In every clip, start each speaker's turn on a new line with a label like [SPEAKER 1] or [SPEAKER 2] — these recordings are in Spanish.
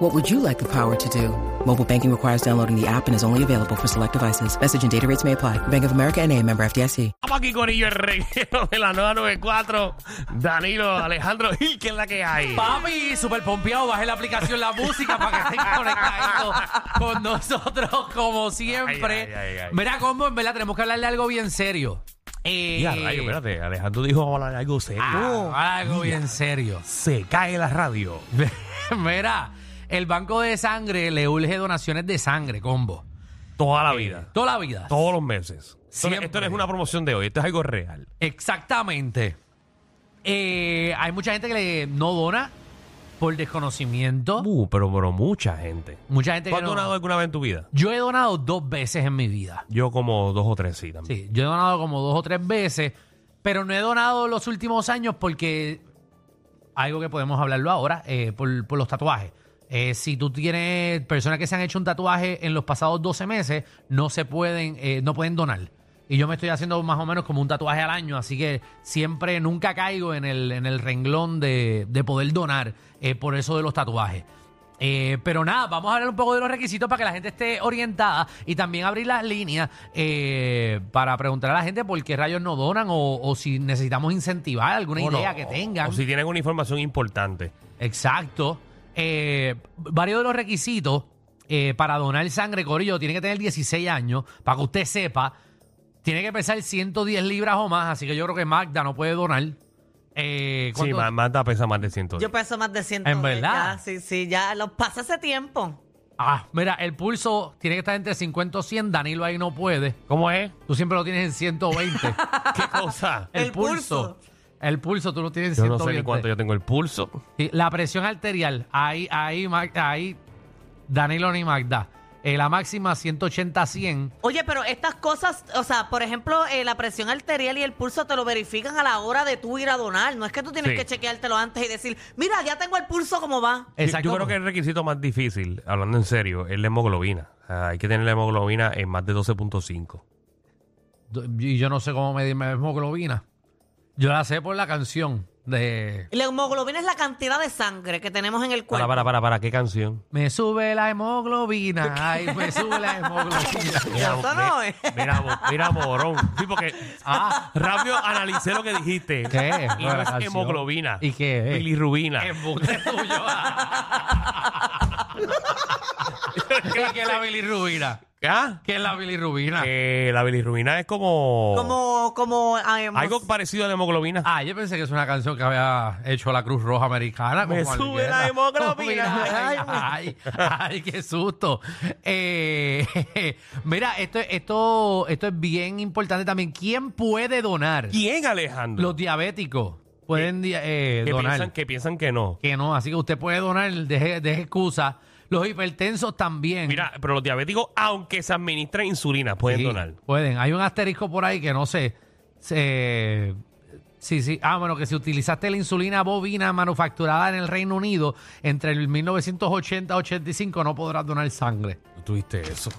[SPEAKER 1] What would you like the power to do? Mobile banking requires downloading the app and is only available for select devices. Message and data rates may apply. Bank of America and a member FDIC.
[SPEAKER 2] Vamos aquí con ellos, el reguero de la 994. Danilo, Alejandro Gil, que es la que hay.
[SPEAKER 3] Papi, super pompeado, baje la aplicación La Música para que estén conectados con nosotros como siempre.
[SPEAKER 2] Ay, ay, ay, ay.
[SPEAKER 3] Mira, Combo, en verdad tenemos que hablarle algo bien serio. Eh,
[SPEAKER 2] Ya, rayo, espérate. Alejandro dijo vamos a hablar de algo serio.
[SPEAKER 3] ah, algo bien serio.
[SPEAKER 2] Se cae la radio.
[SPEAKER 3] Mira, el banco de sangre le urge donaciones de sangre, Combo.
[SPEAKER 2] Toda la vida.
[SPEAKER 3] Toda la vida.
[SPEAKER 2] Todos los meses. Esto no- Esto
[SPEAKER 3] Siempre.
[SPEAKER 2] no es una promoción de hoy. Esto es algo real.
[SPEAKER 3] Exactamente. Eh, hay mucha gente que le no dona por desconocimiento.
[SPEAKER 2] Uh, pero, pero mucha gente.
[SPEAKER 3] Mucha gente
[SPEAKER 2] ¿Tú has
[SPEAKER 3] que no.
[SPEAKER 2] donado alguna vez en tu vida?
[SPEAKER 3] Yo he donado dos veces en mi vida.
[SPEAKER 2] Yo como dos o tres, sí, también.
[SPEAKER 3] Sí, yo he donado como dos o tres veces, pero no he donado los últimos años porque algo que podemos hablarlo ahora, eh, por, por los tatuajes. Eh, si tú tienes personas que se han hecho un tatuaje en los pasados 12 meses, no se pueden, eh, no pueden donar. Y yo me estoy haciendo más o menos como un tatuaje al año, así que siempre, nunca caigo en el, en el renglón de, de poder donar eh, por eso de los tatuajes. Eh, pero nada, vamos a hablar un poco de los requisitos para que la gente esté orientada y también abrir las líneas eh, para preguntar a la gente por qué rayos no donan o, o si necesitamos incentivar alguna
[SPEAKER 2] O no,
[SPEAKER 3] idea que tengan.
[SPEAKER 2] O si tienen alguna información importante.
[SPEAKER 3] Exacto. Eh, varios de los requisitos eh, para donar sangre, Corillo, tiene que tener 16 años, para que usted sepa. Tiene que pesar 110 libras o más, así que yo creo que Magda no puede donar. Eh,
[SPEAKER 2] Sí,
[SPEAKER 3] ¿cuánto?
[SPEAKER 2] Ma- Magda pesa más de 100.
[SPEAKER 4] Yo peso más de 100.
[SPEAKER 3] ¿En verdad?
[SPEAKER 4] sí, sí, ya lo pasé hace tiempo.
[SPEAKER 3] Ah, mira, el pulso tiene que estar entre 50 o 100. Danilo ahí no puede.
[SPEAKER 2] ¿Cómo es?
[SPEAKER 3] Tú siempre lo tienes en 120.
[SPEAKER 2] ¿Qué cosa?
[SPEAKER 4] El pulso.
[SPEAKER 3] El pulso tú lo tienes en
[SPEAKER 2] Yo
[SPEAKER 3] 120.
[SPEAKER 2] no sé ni cuánto yo tengo el pulso.
[SPEAKER 3] Sí, La presión arterial, ahí, ahí, Mag- ahí, Danilo ni Magda. Eh, la máxima 180-100.
[SPEAKER 4] Oye, pero estas cosas, o sea, por ejemplo, eh, la presión arterial y el pulso te lo verifican a la hora de tú ir a donar. No es que tú tienes
[SPEAKER 2] Sí.
[SPEAKER 4] que chequeártelo antes y decir, mira, ya tengo el pulso, ¿cómo va?
[SPEAKER 2] Yo- Yo, creo que el requisito más difícil, hablando en serio, es la hemoglobina. Ah, hay que tener la hemoglobina en más de 12.5.
[SPEAKER 3] Y yo no sé cómo medir mi hemoglobina. Yo la sé por la canción de...
[SPEAKER 4] La hemoglobina es la cantidad de sangre que tenemos en el
[SPEAKER 2] Para,
[SPEAKER 4] cuerpo.
[SPEAKER 2] para, para, para, ¿qué canción?
[SPEAKER 3] Me sube la hemoglobina, ay, me sube la hemoglobina.
[SPEAKER 4] Eso no
[SPEAKER 2] mi-
[SPEAKER 4] es.
[SPEAKER 2] mira, mo- mira, morón. Sí, porque
[SPEAKER 3] Ah.
[SPEAKER 2] rápido analicé lo que dijiste.
[SPEAKER 3] ¿Qué?
[SPEAKER 2] Y
[SPEAKER 3] Lo de
[SPEAKER 2] no
[SPEAKER 3] la
[SPEAKER 2] es
[SPEAKER 3] canción.
[SPEAKER 2] hemoglobina.
[SPEAKER 3] ¿Y qué es?
[SPEAKER 2] Bilirrubina.
[SPEAKER 3] Embuste tuyo. ¿Qué, qué es la bilirrubina?
[SPEAKER 2] ¿Ah?
[SPEAKER 3] ¿Qué es la bilirrubina?
[SPEAKER 2] Eh, la bilirrubina es como...
[SPEAKER 4] Como, como, ah, hemos-
[SPEAKER 2] Algo parecido a la hemoglobina.
[SPEAKER 3] Ah, yo pensé que es una canción que había hecho la Cruz Roja Americana.
[SPEAKER 2] Me
[SPEAKER 3] como
[SPEAKER 2] sube
[SPEAKER 3] Alguera.
[SPEAKER 2] la hemoglobina.
[SPEAKER 3] Ay, ay, ay, qué susto. Eh, mira, esto, esto, esto es bien importante también. ¿Quién puede donar?
[SPEAKER 2] ¿Quién, Alejandro?
[SPEAKER 3] Los diabéticos pueden di- eh,
[SPEAKER 2] que,
[SPEAKER 3] donar.
[SPEAKER 2] piensan, que piensan que no.
[SPEAKER 3] Que no, así que usted puede donar, deje, deje excusa. Los hipertensos también.
[SPEAKER 2] Mira, pero los diabéticos, aunque se administra insulina, pueden
[SPEAKER 3] Sí,
[SPEAKER 2] donar.
[SPEAKER 3] Pueden. Hay un asterisco por ahí que no sé. Se, sí, sí. Ah, bueno, que si utilizaste la insulina bovina manufacturada en el Reino Unido entre el 1980 y 85 no podrás donar sangre.
[SPEAKER 2] Tuviste eso.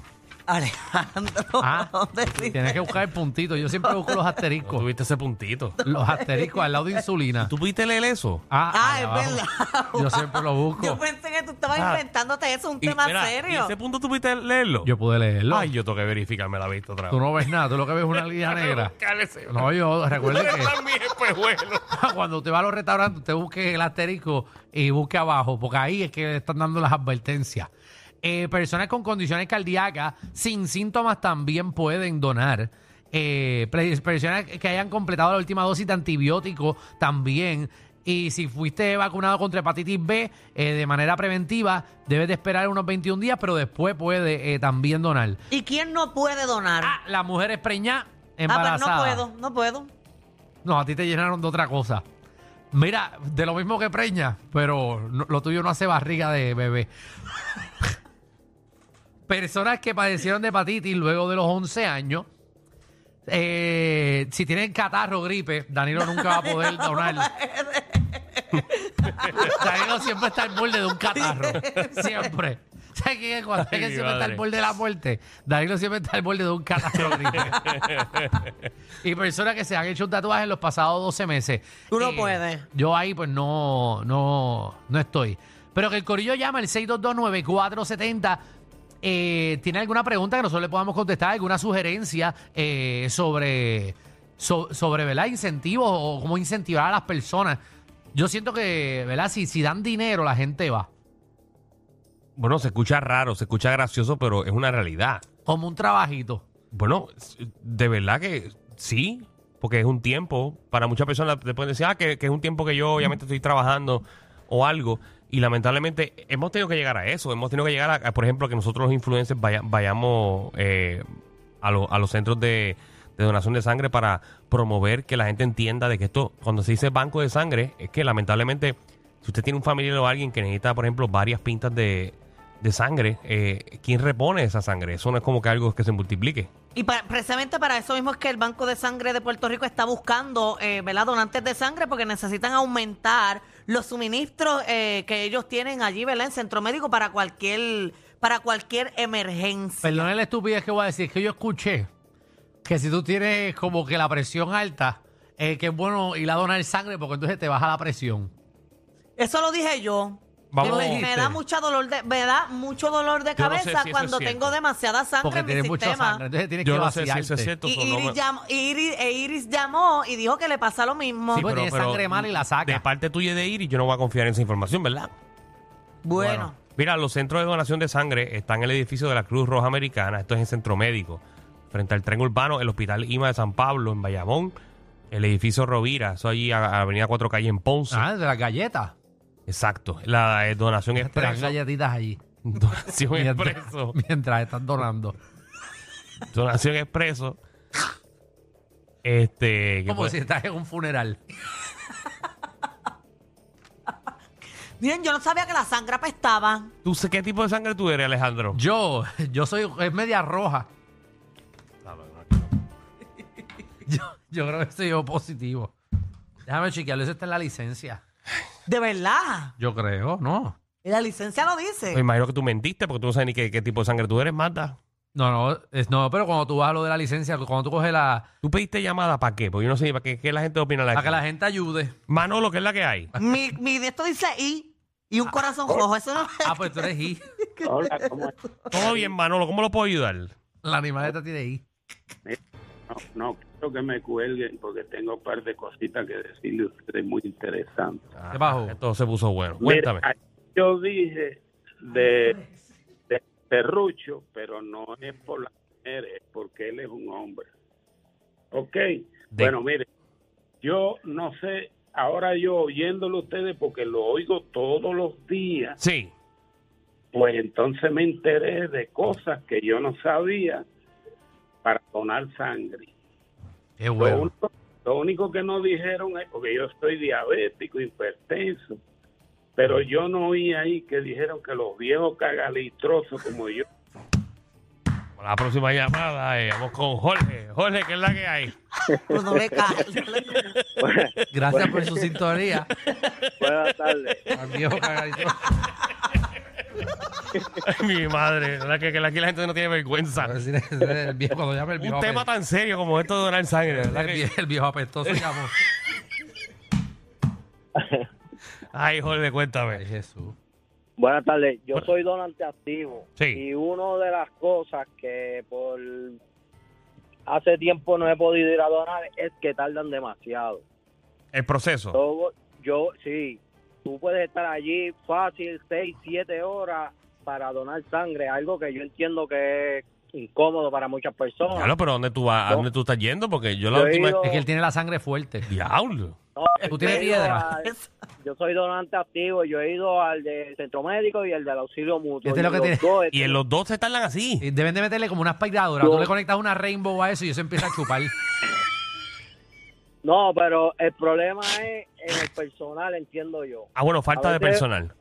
[SPEAKER 4] Alejandro,
[SPEAKER 3] Ah,
[SPEAKER 4] ¿dónde
[SPEAKER 3] tienes que buscar el puntito. Yo siempre busco los
[SPEAKER 2] No
[SPEAKER 3] asteriscos.
[SPEAKER 2] tuviste ese puntito.
[SPEAKER 3] Los asteriscos al lado de insulina.
[SPEAKER 2] ¿Tú pudiste leer eso?
[SPEAKER 3] Ah,
[SPEAKER 4] Ah,
[SPEAKER 3] ahí
[SPEAKER 4] es
[SPEAKER 3] abajo.
[SPEAKER 4] verdad.
[SPEAKER 3] Yo siempre lo
[SPEAKER 4] Yo
[SPEAKER 3] busco.
[SPEAKER 4] pensé que tú estabas
[SPEAKER 2] Ah.
[SPEAKER 4] inventándote eso, un
[SPEAKER 2] Y,
[SPEAKER 4] tema
[SPEAKER 2] mira, ¿y
[SPEAKER 4] serio.
[SPEAKER 2] ese punto tú pudiste leerlo?
[SPEAKER 3] Yo pude leerlo.
[SPEAKER 2] Ay, yo tengo que verificarme la vista otra
[SPEAKER 3] Tú
[SPEAKER 2] vez.
[SPEAKER 3] no ves nada. Tú lo que ves es una línea negra. No, yo recuerdo que... cuando usted va a los restaurantes, usted busque el asterisco y busque abajo, porque ahí es que le están dando las advertencias. Eh, personas con condiciones cardíacas sin síntomas también pueden donar. Eh, pre- personas que hayan completado la última dosis de antibiótico también. Y si fuiste vacunado contra hepatitis B eh, de manera preventiva, debes de esperar unos 21 días, pero después puede eh, también donar.
[SPEAKER 4] ¿Y quién no puede donar?
[SPEAKER 3] Ah, la mujer es preñada,
[SPEAKER 4] ah, pero
[SPEAKER 3] embarazada.
[SPEAKER 4] no puedo, no puedo.
[SPEAKER 3] No, a ti te llenaron de otra cosa. Mira, de lo mismo que preña, pero no- lo tuyo no hace barriga de bebé. Personas que padecieron de hepatitis luego de los 11 años, eh, si tienen catarro, gripe, Danilo nunca va a poder donar. Danilo siempre está al borde de un catarro. Siempre. ¿Sabes quién es cuando
[SPEAKER 2] Ay,
[SPEAKER 3] alguien
[SPEAKER 2] mi
[SPEAKER 3] siempre está al
[SPEAKER 2] madre.
[SPEAKER 3] borde de la muerte? Danilo siempre está al borde de un catarro gripe. y personas que se han hecho un tatuaje en los pasados 12 meses. Eh,
[SPEAKER 4] Tú no puedes.
[SPEAKER 3] Yo ahí pues no, no, no estoy. Pero que el Corillo llama al 6229470. Eh, ¿Tiene alguna pregunta que nosotros le podamos contestar? ¿Alguna sugerencia eh, sobre, so- sobre ¿verdad? incentivos o cómo incentivar a las personas? Yo siento que, ¿verdad? Si, si dan dinero, la gente va.
[SPEAKER 2] Bueno, se escucha raro, se escucha gracioso, pero es una realidad.
[SPEAKER 3] Como un trabajito.
[SPEAKER 2] Bueno, de verdad que sí, porque es un tiempo. Para muchas personas te pueden decir, ah, que, que es un tiempo que yo obviamente estoy trabajando o algo. Y lamentablemente hemos tenido que llegar a eso. Hemos tenido que llegar, a, a, por ejemplo, que nosotros los influencers vaya- vayamos eh, a, lo- a los centros de, de donación de sangre para promover que la gente entienda de que esto, cuando se dice banco de sangre, es que lamentablemente, si usted tiene un familiar o alguien que necesita, por ejemplo, varias pintas de, de sangre, eh, ¿quién repone esa sangre? Eso no es como que algo que se multiplique.
[SPEAKER 4] Y pa- precisamente para eso mismo es que el Banco de Sangre de Puerto Rico está buscando eh, ¿verdad? donantes de sangre porque necesitan aumentar los suministros eh, que ellos tienen allí ¿verdad? en Centro Médico para cualquier, para cualquier emergencia.
[SPEAKER 3] Perdónen la estupidez que voy a decir, es que yo escuché que si tú tienes como que la presión alta, eh, que es bueno ir a donar sangre porque entonces te baja la presión.
[SPEAKER 4] Eso lo dije yo.
[SPEAKER 2] Vamos.
[SPEAKER 4] me, me da mucha dolor de, me da mucho dolor de
[SPEAKER 2] Yo no sé si
[SPEAKER 4] cabeza
[SPEAKER 2] eso es
[SPEAKER 4] cuando
[SPEAKER 2] cierto.
[SPEAKER 4] tengo demasiada sangre
[SPEAKER 3] Porque
[SPEAKER 4] en mi
[SPEAKER 3] tienes mucha
[SPEAKER 4] sistema.
[SPEAKER 3] sangre, entonces tienes
[SPEAKER 2] Yo
[SPEAKER 3] que
[SPEAKER 2] no sé si
[SPEAKER 3] vaciarte.
[SPEAKER 2] eso es cierto.
[SPEAKER 4] Y
[SPEAKER 2] o no
[SPEAKER 4] Iris,
[SPEAKER 2] me-
[SPEAKER 4] llamó, Iris- e Iris llamó y dijo que le pasa lo mismo.
[SPEAKER 3] Sí, pues tiene sangre mala y la saca.
[SPEAKER 2] De parte tuya y de Iris, yo no voy a confiar en esa información, ¿verdad?
[SPEAKER 4] bueno.
[SPEAKER 2] Mira, los centros de donación de sangre están en el edificio de la Cruz Roja Americana. Esto es en Centro Médico. Frente al tren urbano, el Hospital IMA de San Pablo, en Bayamón. El edificio Rovira, eso allí, a, a Avenida Cuatro Calle, en Ponce.
[SPEAKER 3] Ah, de las galletas.
[SPEAKER 2] Exacto. La eh, donación
[SPEAKER 3] Te dan
[SPEAKER 2] expresa.
[SPEAKER 3] galletitas allí.
[SPEAKER 2] Donación
[SPEAKER 3] Mientras,
[SPEAKER 2] expreso.
[SPEAKER 3] mientras están donando.
[SPEAKER 2] Donación expreso. Este. que
[SPEAKER 3] Como
[SPEAKER 2] puede-
[SPEAKER 3] si estás en un funeral.
[SPEAKER 4] Miren, yo no sabía que la sangre apestaba.
[SPEAKER 2] ¿Tú sé qué tipo de sangre tú eres, Alejandro?
[SPEAKER 3] Yo, yo soy, es media roja. Yo, yo creo que soy yo positivo. Déjame chequearlo, eso está en la licencia.
[SPEAKER 4] De verdad.
[SPEAKER 3] Yo creo, no.
[SPEAKER 4] La licencia lo dice.
[SPEAKER 2] Me imagino que tú mentiste porque tú no sabes ni qué, qué tipo de sangre tú eres, Marta.
[SPEAKER 3] No, no, es- no, pero cuando tú vas a lo de la licencia, cuando tú coges la...
[SPEAKER 2] ¿Tú pediste llamada para qué? Porque yo no sé para qué, qué la gente opina. La
[SPEAKER 3] Para que la gente ayude.
[SPEAKER 2] Manolo, ¿qué es la que hay?
[SPEAKER 4] Mi, mi de esto dice I y un corazón rojo. Eso no
[SPEAKER 3] Ah, pues tú eres I.
[SPEAKER 5] Hola, ¿cómo es?
[SPEAKER 2] Todo bien, Manolo, ¿cómo lo puedo ayudar?
[SPEAKER 3] La animaleta tiene I.
[SPEAKER 5] No, no quiero que me cuelguen porque tengo un par de cositas que decirle a ustedes muy interesantes.
[SPEAKER 3] ¿Qué pasó?
[SPEAKER 2] Ah, Esto se puso bueno. Cuéntame.
[SPEAKER 6] ah,
[SPEAKER 5] Mira, Yo dije de, de Ferrucho, pero no es por las mujeres, es porque él es un hombre. Ok. Bueno, mire, yo no sé, ahora yo oyéndolo a ustedes porque lo oigo todos los días.
[SPEAKER 2] Sí.
[SPEAKER 5] Pues entonces me enteré de cosas que yo no sabía para donar sangre.
[SPEAKER 3] Qué
[SPEAKER 5] Lo,
[SPEAKER 3] bueno.
[SPEAKER 5] único, lo único que no dijeron es, porque yo soy diabético, hipertenso, pero yo no oí ahí que dijeron que los viejos cagalitrosos como yo,
[SPEAKER 2] La próxima llamada, eh, vamos con Jorge. Jorge, ¿qué es la que hay?
[SPEAKER 4] Pues
[SPEAKER 3] ah,
[SPEAKER 4] no le cae.
[SPEAKER 3] Gracias por su sintonía.
[SPEAKER 5] buenas tardes,
[SPEAKER 3] Al viejo cagadito.
[SPEAKER 2] Ay, Mi madre, la que, que aquí la gente no tiene vergüenza.
[SPEAKER 3] Ahora sí, ese es el viejo, cuando llame el viejo.
[SPEAKER 2] Un tema
[SPEAKER 3] apestoso.
[SPEAKER 2] tan serio como esto de donar sangre, ¿verdad?
[SPEAKER 3] El
[SPEAKER 2] que-
[SPEAKER 3] vie- el viejo apestoso llamó.
[SPEAKER 2] Ay, Jorge,
[SPEAKER 3] Ay,
[SPEAKER 2] cuéntame.
[SPEAKER 3] Jesús.
[SPEAKER 6] Buenas tardes, yo
[SPEAKER 2] Buenas.
[SPEAKER 6] soy donante activo
[SPEAKER 2] Sí.
[SPEAKER 6] y una de las cosas que por hace tiempo no he podido ir a donar es que tardan demasiado.
[SPEAKER 2] El
[SPEAKER 3] Oh.
[SPEAKER 2] proceso.
[SPEAKER 6] Todo- yo, sí, tú puedes estar allí fácil 6, 7 horas para donar sangre, algo que yo entiendo que es incómodo para muchas personas.
[SPEAKER 2] Claro, pero ¿dónde tú vas? ¿A
[SPEAKER 6] No.
[SPEAKER 2] dónde tú estás yendo? Porque yo la
[SPEAKER 6] Yo he
[SPEAKER 2] última...
[SPEAKER 6] ido-
[SPEAKER 3] Es que él tiene la sangre fuerte.
[SPEAKER 2] Diablo.
[SPEAKER 6] No,
[SPEAKER 3] Eh, Tú tienes
[SPEAKER 6] yo he ido
[SPEAKER 3] piedra.
[SPEAKER 6] al- yo soy donante activo, yo he ido al del centro médico y al del auxilio mutuo.
[SPEAKER 3] Este es lo
[SPEAKER 6] y
[SPEAKER 3] que
[SPEAKER 6] los
[SPEAKER 3] tiene-
[SPEAKER 6] dos
[SPEAKER 2] Y en los dos se tardan así.
[SPEAKER 3] Y Deben de meterle como una aspiradora. Tú
[SPEAKER 6] Yo-
[SPEAKER 3] le conectas una rainbow a eso y eso empieza a chupar.
[SPEAKER 6] No, pero el problema es en el personal, entiendo yo.
[SPEAKER 2] Ah, bueno, falta
[SPEAKER 6] A
[SPEAKER 2] de
[SPEAKER 6] veces-
[SPEAKER 2] personal.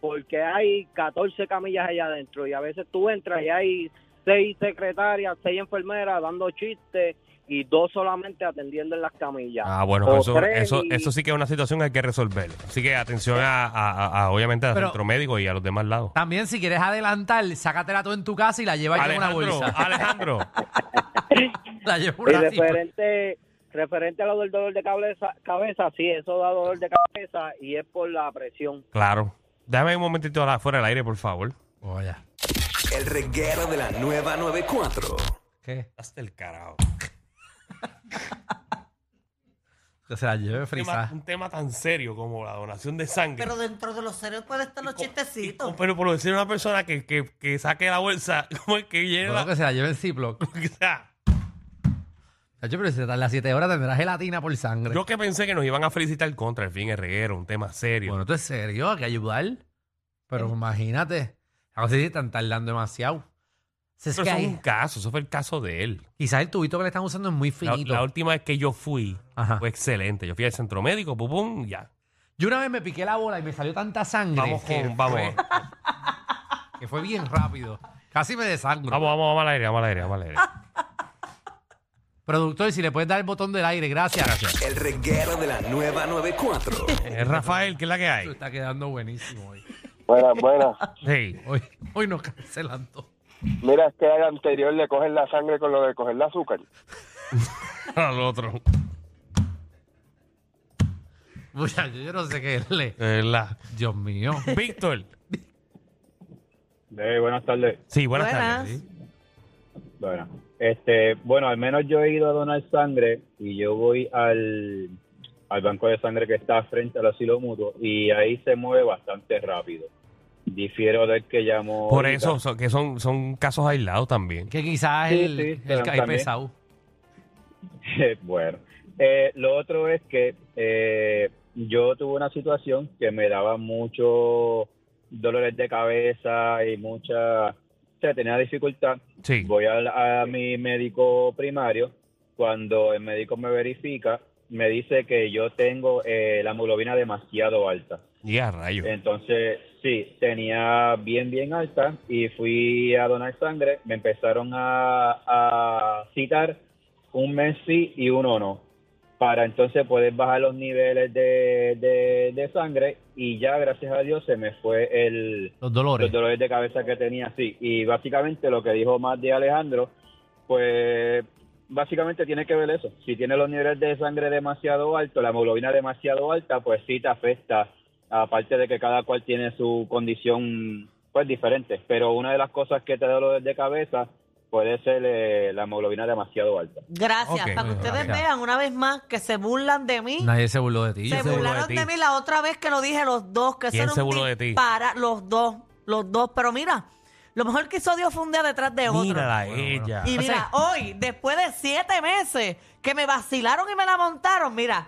[SPEAKER 6] Porque hay 14 camillas allá adentro y a veces tú entras y hay seis secretarias, seis enfermeras dando chistes y dos solamente atendiendo en las camillas.
[SPEAKER 2] Ah, bueno,
[SPEAKER 6] O
[SPEAKER 2] pues eso,
[SPEAKER 6] tres
[SPEAKER 2] eso,
[SPEAKER 6] y-
[SPEAKER 2] eso sí que es una situación que hay que resolver. Así que atención a, a- a- a, obviamente al
[SPEAKER 3] Pero-
[SPEAKER 2] centro médico y a los demás lados.
[SPEAKER 3] También, si quieres adelantar, sácatela tú en tu casa y la llevas en una
[SPEAKER 2] Alejandro, ah.
[SPEAKER 3] bolsa.
[SPEAKER 2] Alejandro,
[SPEAKER 3] La llevas en
[SPEAKER 6] Y
[SPEAKER 3] una
[SPEAKER 2] pues.
[SPEAKER 3] bolsa.
[SPEAKER 6] referente, referente a lo del dolor de cabeza, cabeza, sí, eso da dolor de cabeza y es por la presión.
[SPEAKER 2] claro. Déjame un momentito afuera del aire, por favor.
[SPEAKER 3] Oye,
[SPEAKER 7] El reguero de la nueva 94.
[SPEAKER 3] ¿qué?
[SPEAKER 2] Hasta el carajo.
[SPEAKER 3] Que se la lleve
[SPEAKER 2] Un tema,
[SPEAKER 3] frisada.
[SPEAKER 2] un tema tan serio como la donación de sangre.
[SPEAKER 4] Pero dentro de los ceros pueden estar los chistecitos.
[SPEAKER 2] Pero por decir una persona que, que, que saque la bolsa, como es que llena
[SPEAKER 3] Bueno, que se la lleve el Ziploc.
[SPEAKER 2] O sea,
[SPEAKER 3] Chacho, pero si te tardas 7 horas tendrás gelatina por sangre.
[SPEAKER 2] yo que pensé que nos iban a felicitar contra el fin el reguero, un tema serio.
[SPEAKER 3] Bueno, esto es serio, hay que ayudar. Pero imagínate, a veces están tardando demasiado. Si es
[SPEAKER 2] Pero
[SPEAKER 3] que
[SPEAKER 2] eso es
[SPEAKER 3] hay-
[SPEAKER 2] un caso, eso fue el caso de él.
[SPEAKER 3] quizás el tubito que le están usando es muy
[SPEAKER 2] La, pues-
[SPEAKER 3] finito.
[SPEAKER 2] la última vez que yo fui
[SPEAKER 3] Ajá.
[SPEAKER 2] fue excelente. Yo fui al centro médico, pum, pum, ya.
[SPEAKER 3] Yo una vez me piqué la bola y me salió tanta sangre
[SPEAKER 2] Vamos
[SPEAKER 3] que,
[SPEAKER 2] con, vamos,
[SPEAKER 3] Fue, que fue bien rápido. Casi me desangro.
[SPEAKER 2] vamos, vamos, vamos al aire, vamos al aire, vamos al aire.
[SPEAKER 3] Productor, si le puedes dar el botón del aire, gracias. Gracias.
[SPEAKER 7] El reguero de la nueva 94.
[SPEAKER 2] Eh, Rafael, ¿qué es la que hay?
[SPEAKER 3] Está quedando buenísimo hoy.
[SPEAKER 8] Buenas, buenas.
[SPEAKER 2] Hey,
[SPEAKER 3] Hoy, hoy nos cancelan todo.
[SPEAKER 8] Mira, es que al anterior le cogen la sangre con lo de coger el azúcar.
[SPEAKER 2] al otro.
[SPEAKER 3] Muchacho, yo no sé qué es. le-
[SPEAKER 2] Eh, la-
[SPEAKER 3] Dios mío.
[SPEAKER 2] Víctor.
[SPEAKER 8] buenas tardes.
[SPEAKER 2] Sí, buenas, tardes.
[SPEAKER 4] Buenas.
[SPEAKER 2] Sí.
[SPEAKER 8] Bueno, este, bueno, al menos yo he ido a donar sangre y yo voy al, al banco de sangre que está frente al asilo mutuo y ahí se mueve bastante rápido. Difiero del que llamó.
[SPEAKER 2] Por
[SPEAKER 8] ahorita.
[SPEAKER 2] eso, son- que son, son casos aislados también.
[SPEAKER 3] Que quizás
[SPEAKER 8] Sí,
[SPEAKER 3] el,
[SPEAKER 8] sí,
[SPEAKER 3] el
[SPEAKER 8] pero
[SPEAKER 3] cae
[SPEAKER 8] también-
[SPEAKER 3] pesado.
[SPEAKER 8] bueno, eh, lo otro es que eh, yo tuve una situación que me daba muchos dolores de cabeza y mucha, o sea, tenía dificultad.
[SPEAKER 2] Sí.
[SPEAKER 8] Voy al- a, mi médico primario, cuando el médico me verifica, me dice que yo tengo eh, la hemoglobina demasiado alta.
[SPEAKER 2] Y a rayo.
[SPEAKER 8] Eh, Entonces, sí, tenía bien, bien alta y fui a donar sangre. Me empezaron a, a citar un mes sí y uno no, para entonces poder bajar los niveles de, de- de sangre y ya, gracias a Dios, se me fue el,
[SPEAKER 3] Los dolores.
[SPEAKER 8] los dolores de cabeza que tenía, sí. Y básicamente lo que dijo más de Alejandro, pues básicamente tiene que ver eso. Si tiene los niveles de sangre demasiado altos, la hemoglobina demasiado alta, pues sí te afecta, aparte de que cada cual tiene su condición pues diferente. Pero una de las cosas que te da dolores de cabeza puede ser eh, la hemoglobina demasiado alta.
[SPEAKER 4] Gracias.
[SPEAKER 2] Ok,
[SPEAKER 4] Para que
[SPEAKER 3] muy bien,
[SPEAKER 4] ustedes
[SPEAKER 3] gracias.
[SPEAKER 4] vean una vez más que se burlan de mí.
[SPEAKER 3] Nadie se burló de ti.
[SPEAKER 4] se
[SPEAKER 2] se burló
[SPEAKER 4] burlaron
[SPEAKER 2] de
[SPEAKER 4] de,
[SPEAKER 2] ti.
[SPEAKER 4] mí la otra vez que lo dije los dos. Que eso
[SPEAKER 2] ¿Quién
[SPEAKER 4] era
[SPEAKER 2] se
[SPEAKER 4] un
[SPEAKER 2] burló de ti?
[SPEAKER 4] Para los dos. Los dos. Pero mira, lo mejor que hizo Dios fue un día detrás de otro.
[SPEAKER 2] Mírala,
[SPEAKER 3] Bueno, bueno.
[SPEAKER 2] ella.
[SPEAKER 4] Y
[SPEAKER 3] O
[SPEAKER 4] mira,
[SPEAKER 3] sea-
[SPEAKER 4] hoy, después de siete meses que me vacilaron y me la montaron, mira,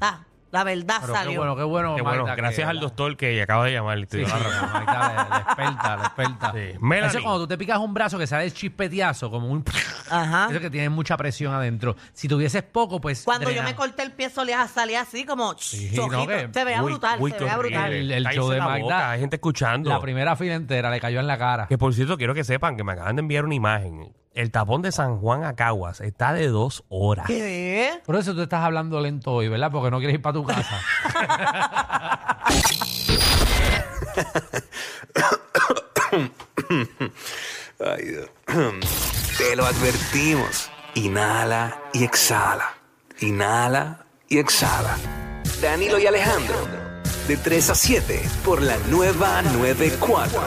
[SPEAKER 4] ah, la verdad
[SPEAKER 3] Pero
[SPEAKER 4] salió.
[SPEAKER 3] qué bueno, qué bueno.
[SPEAKER 2] Qué bueno,
[SPEAKER 3] Magda,
[SPEAKER 2] gracias
[SPEAKER 3] que-
[SPEAKER 2] al doctor que acaba de llamar. y te
[SPEAKER 3] Sí,
[SPEAKER 2] dio
[SPEAKER 3] sí,
[SPEAKER 2] la razón.
[SPEAKER 3] Magda, la, la experta, la experta.
[SPEAKER 2] Sí. Melanie.
[SPEAKER 3] Eso es cuando tú te picas un brazo que sale el chispeteazo, como un...
[SPEAKER 4] Ajá.
[SPEAKER 3] Eso que tiene mucha presión adentro. Si tuvieses poco, pues...
[SPEAKER 4] Cuando yo
[SPEAKER 3] drena.
[SPEAKER 4] me corté el pie solía salía así como
[SPEAKER 3] Sí,
[SPEAKER 4] chojito.
[SPEAKER 3] no, que-
[SPEAKER 4] se vea
[SPEAKER 2] Uy,
[SPEAKER 4] brutal,
[SPEAKER 2] uy,
[SPEAKER 4] se
[SPEAKER 2] qué
[SPEAKER 4] vea
[SPEAKER 2] horrible.
[SPEAKER 4] brutal.
[SPEAKER 3] El- el
[SPEAKER 2] Cállese
[SPEAKER 3] show de
[SPEAKER 2] la
[SPEAKER 3] Magda.
[SPEAKER 2] boca, Hay gente escuchando.
[SPEAKER 3] La primera fila entera le cayó en la cara.
[SPEAKER 2] Que por cierto, quiero que sepan que me acaban de enviar una imagen. El tapón de San Juan a Caguas está de dos horas.
[SPEAKER 4] ¿Qué?
[SPEAKER 3] Por eso tú estás hablando lento hoy, ¿verdad? Porque no quieres ir para tu casa.
[SPEAKER 7] Ay, Dios. Te lo advertimos. Inhala y exhala. Inhala y exhala. Danilo y Alejandro. De 3 a 7 por la nueva 94.